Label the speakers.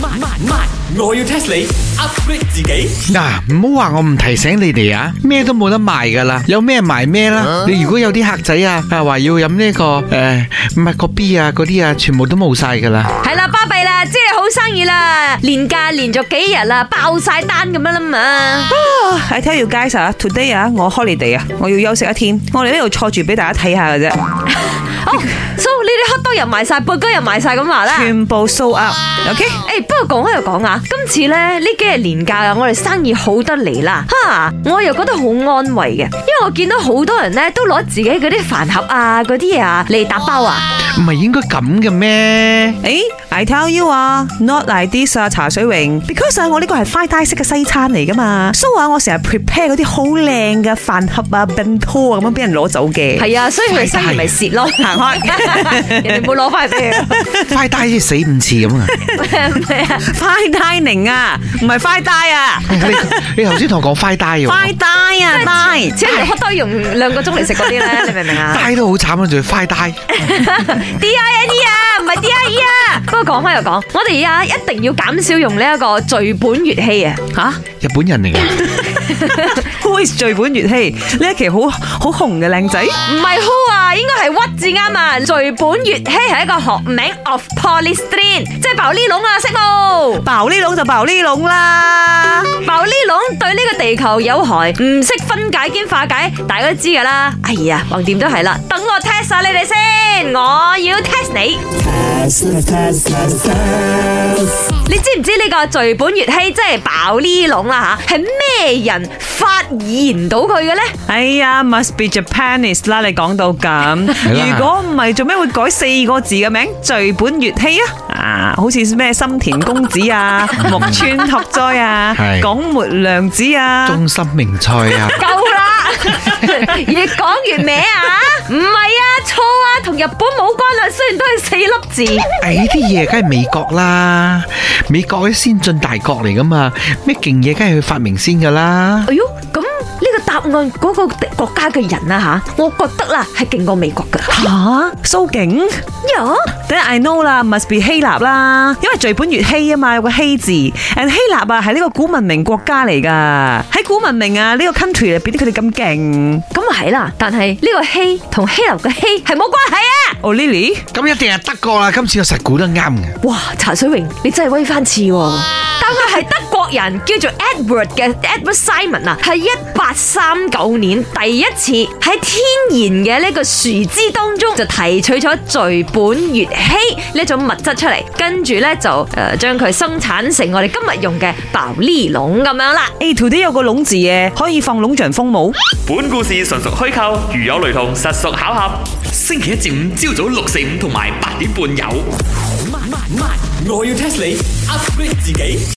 Speaker 1: 慢慢慢，我要 test 你 upgrade 自己。
Speaker 2: 嗱，唔好話我唔提醒你哋啊，咩都冇得賣噶啦，有咩賣咩啦。你如果有啲客仔啊，啊話要飲呢個誒唔係個 B 啊嗰啲啊，全部都冇晒噶啦。
Speaker 3: 系啦，巴闭啦，即系好生意啦，年假連續幾日啦，爆晒單咁樣啦嘛。
Speaker 4: I tell you guys 啊，today 啊，我 holiday 啊，我要休息一天，我哋呢度坐住俾大家睇下嘅啫，
Speaker 3: 哦，所以呢啲 hot dog 又賣晒，burger 又賣晒咁話啦。
Speaker 4: 全部 show up，OK？
Speaker 3: 诶、不過講開又講啊，今次咧呢幾日年假啊，我哋生意好得嚟啦，哈，我又覺得好安慰嘅，因為我見到好多人咧都攞自己嗰啲飯盒啊、嗰啲嘢啊嚟打包啊，
Speaker 2: 唔係應該咁嘅咩？
Speaker 4: 诶，I tell you 啊，not like this 啊，茶水榮，because 啊，我呢個係 fine dining 式嘅西餐嚟噶嘛，so 啊，我成日 prepare 嗰啲好靚嘅飯盒啊、bento 啊咁樣俾人攞走嘅，
Speaker 3: 係啊，所以佢哋生意咪蝕咯，行開， 人哋冇攞翻嚟俾佢。
Speaker 2: 快帶啲死五次咁啊！
Speaker 3: 咩啊？
Speaker 4: fine dining 啊，唔係 fine dine 啊
Speaker 2: 你你頭先同我講快帶喎
Speaker 4: ，fine，dine 啊，dine。
Speaker 3: 即係 hot dog 用兩個鐘嚟食嗰啲咧，你明唔明 啊？
Speaker 2: 帶都好慘啊，仲要快 帶。
Speaker 3: D I N E 啊，唔係 D I E 啊。不過講開又講，我哋啊一定要減少用呢一個聚本樂器啊。
Speaker 4: 吓
Speaker 2: 日本人嚟 嘅，
Speaker 4: ，Who is 最本粵戲呢一期好好紅嘅靚仔？
Speaker 3: 唔係 who 啊，應該係屈字啱啊。聚本樂器係一個學名 of polystyrene，即係爆呢籠啊，識冇？
Speaker 4: 爆呢籠就爆呢籠啦。
Speaker 3: 爆呢籠對呢個地球有害，唔識分解兼化解，大家都知㗎啦。哎呀，橫掂都係啦，等我 test 下你哋先，我要 test 你。你知唔知呢個聚本樂器即係爆呢籠啦吓，係咩人發現到佢嘅呢？
Speaker 4: 哎呀，must be Japanese 啦！你講到咁，
Speaker 2: 啦
Speaker 4: 如果唔係，做咩會改四個字嘅名？聚本粵戲啊！啊，好似咩森田公子啊、木村拓哉啊
Speaker 2: 係、
Speaker 4: 廣末涼子啊，
Speaker 2: 中心名菜啊，
Speaker 3: 夠啦， 越講越歪啊！唔係啊，錯啊，同日本冇關啦，雖然都係四粒字。
Speaker 2: 誒呢哎啲嘢梗係美國啦，美國啲先進大國嚟噶嘛，咩勁嘢梗係佢發明先噶啦。
Speaker 3: 哎呦，咁呢個答案嗰個國家嘅人啊吓，我覺得啦係勁過美國噶。
Speaker 4: 嚇蘇景，
Speaker 3: 呀，
Speaker 4: 等下 I know 啦，must be 希臘啦，因為聚本粵戲啊嘛，有個希字，and 希臘啊係呢個古文明國家嚟㗎，喺古文明啊呢個 country 入邊佢哋咁勁。
Speaker 3: 咁啊係啦，但係呢個希同希臘嘅希係冇關係啊！
Speaker 4: 哦，Lily。
Speaker 2: 咁一定係德國啦，今次我實估得啱嘅。
Speaker 3: 哇，茶水榮，你真係威翻次喎！但佢係德國人，叫做 Edward 嘅 Edward Simon 啊，係一八三九年第一次喺天然嘅呢個樹枝當中就提取咗聚苯乙烯呢種物質出嚟，跟住呢，就誒將佢生產成我哋今日用嘅爆呢籠咁樣啦。
Speaker 4: 誒 today 有個籠字嘅，可以放籠像風帽。
Speaker 5: 本故事純屬虛構，如有雷同，實屬巧合。星期一至五朝早六四五同埋八點半有。
Speaker 1: 慢慢慢，我要 test 你 upgrade 自己。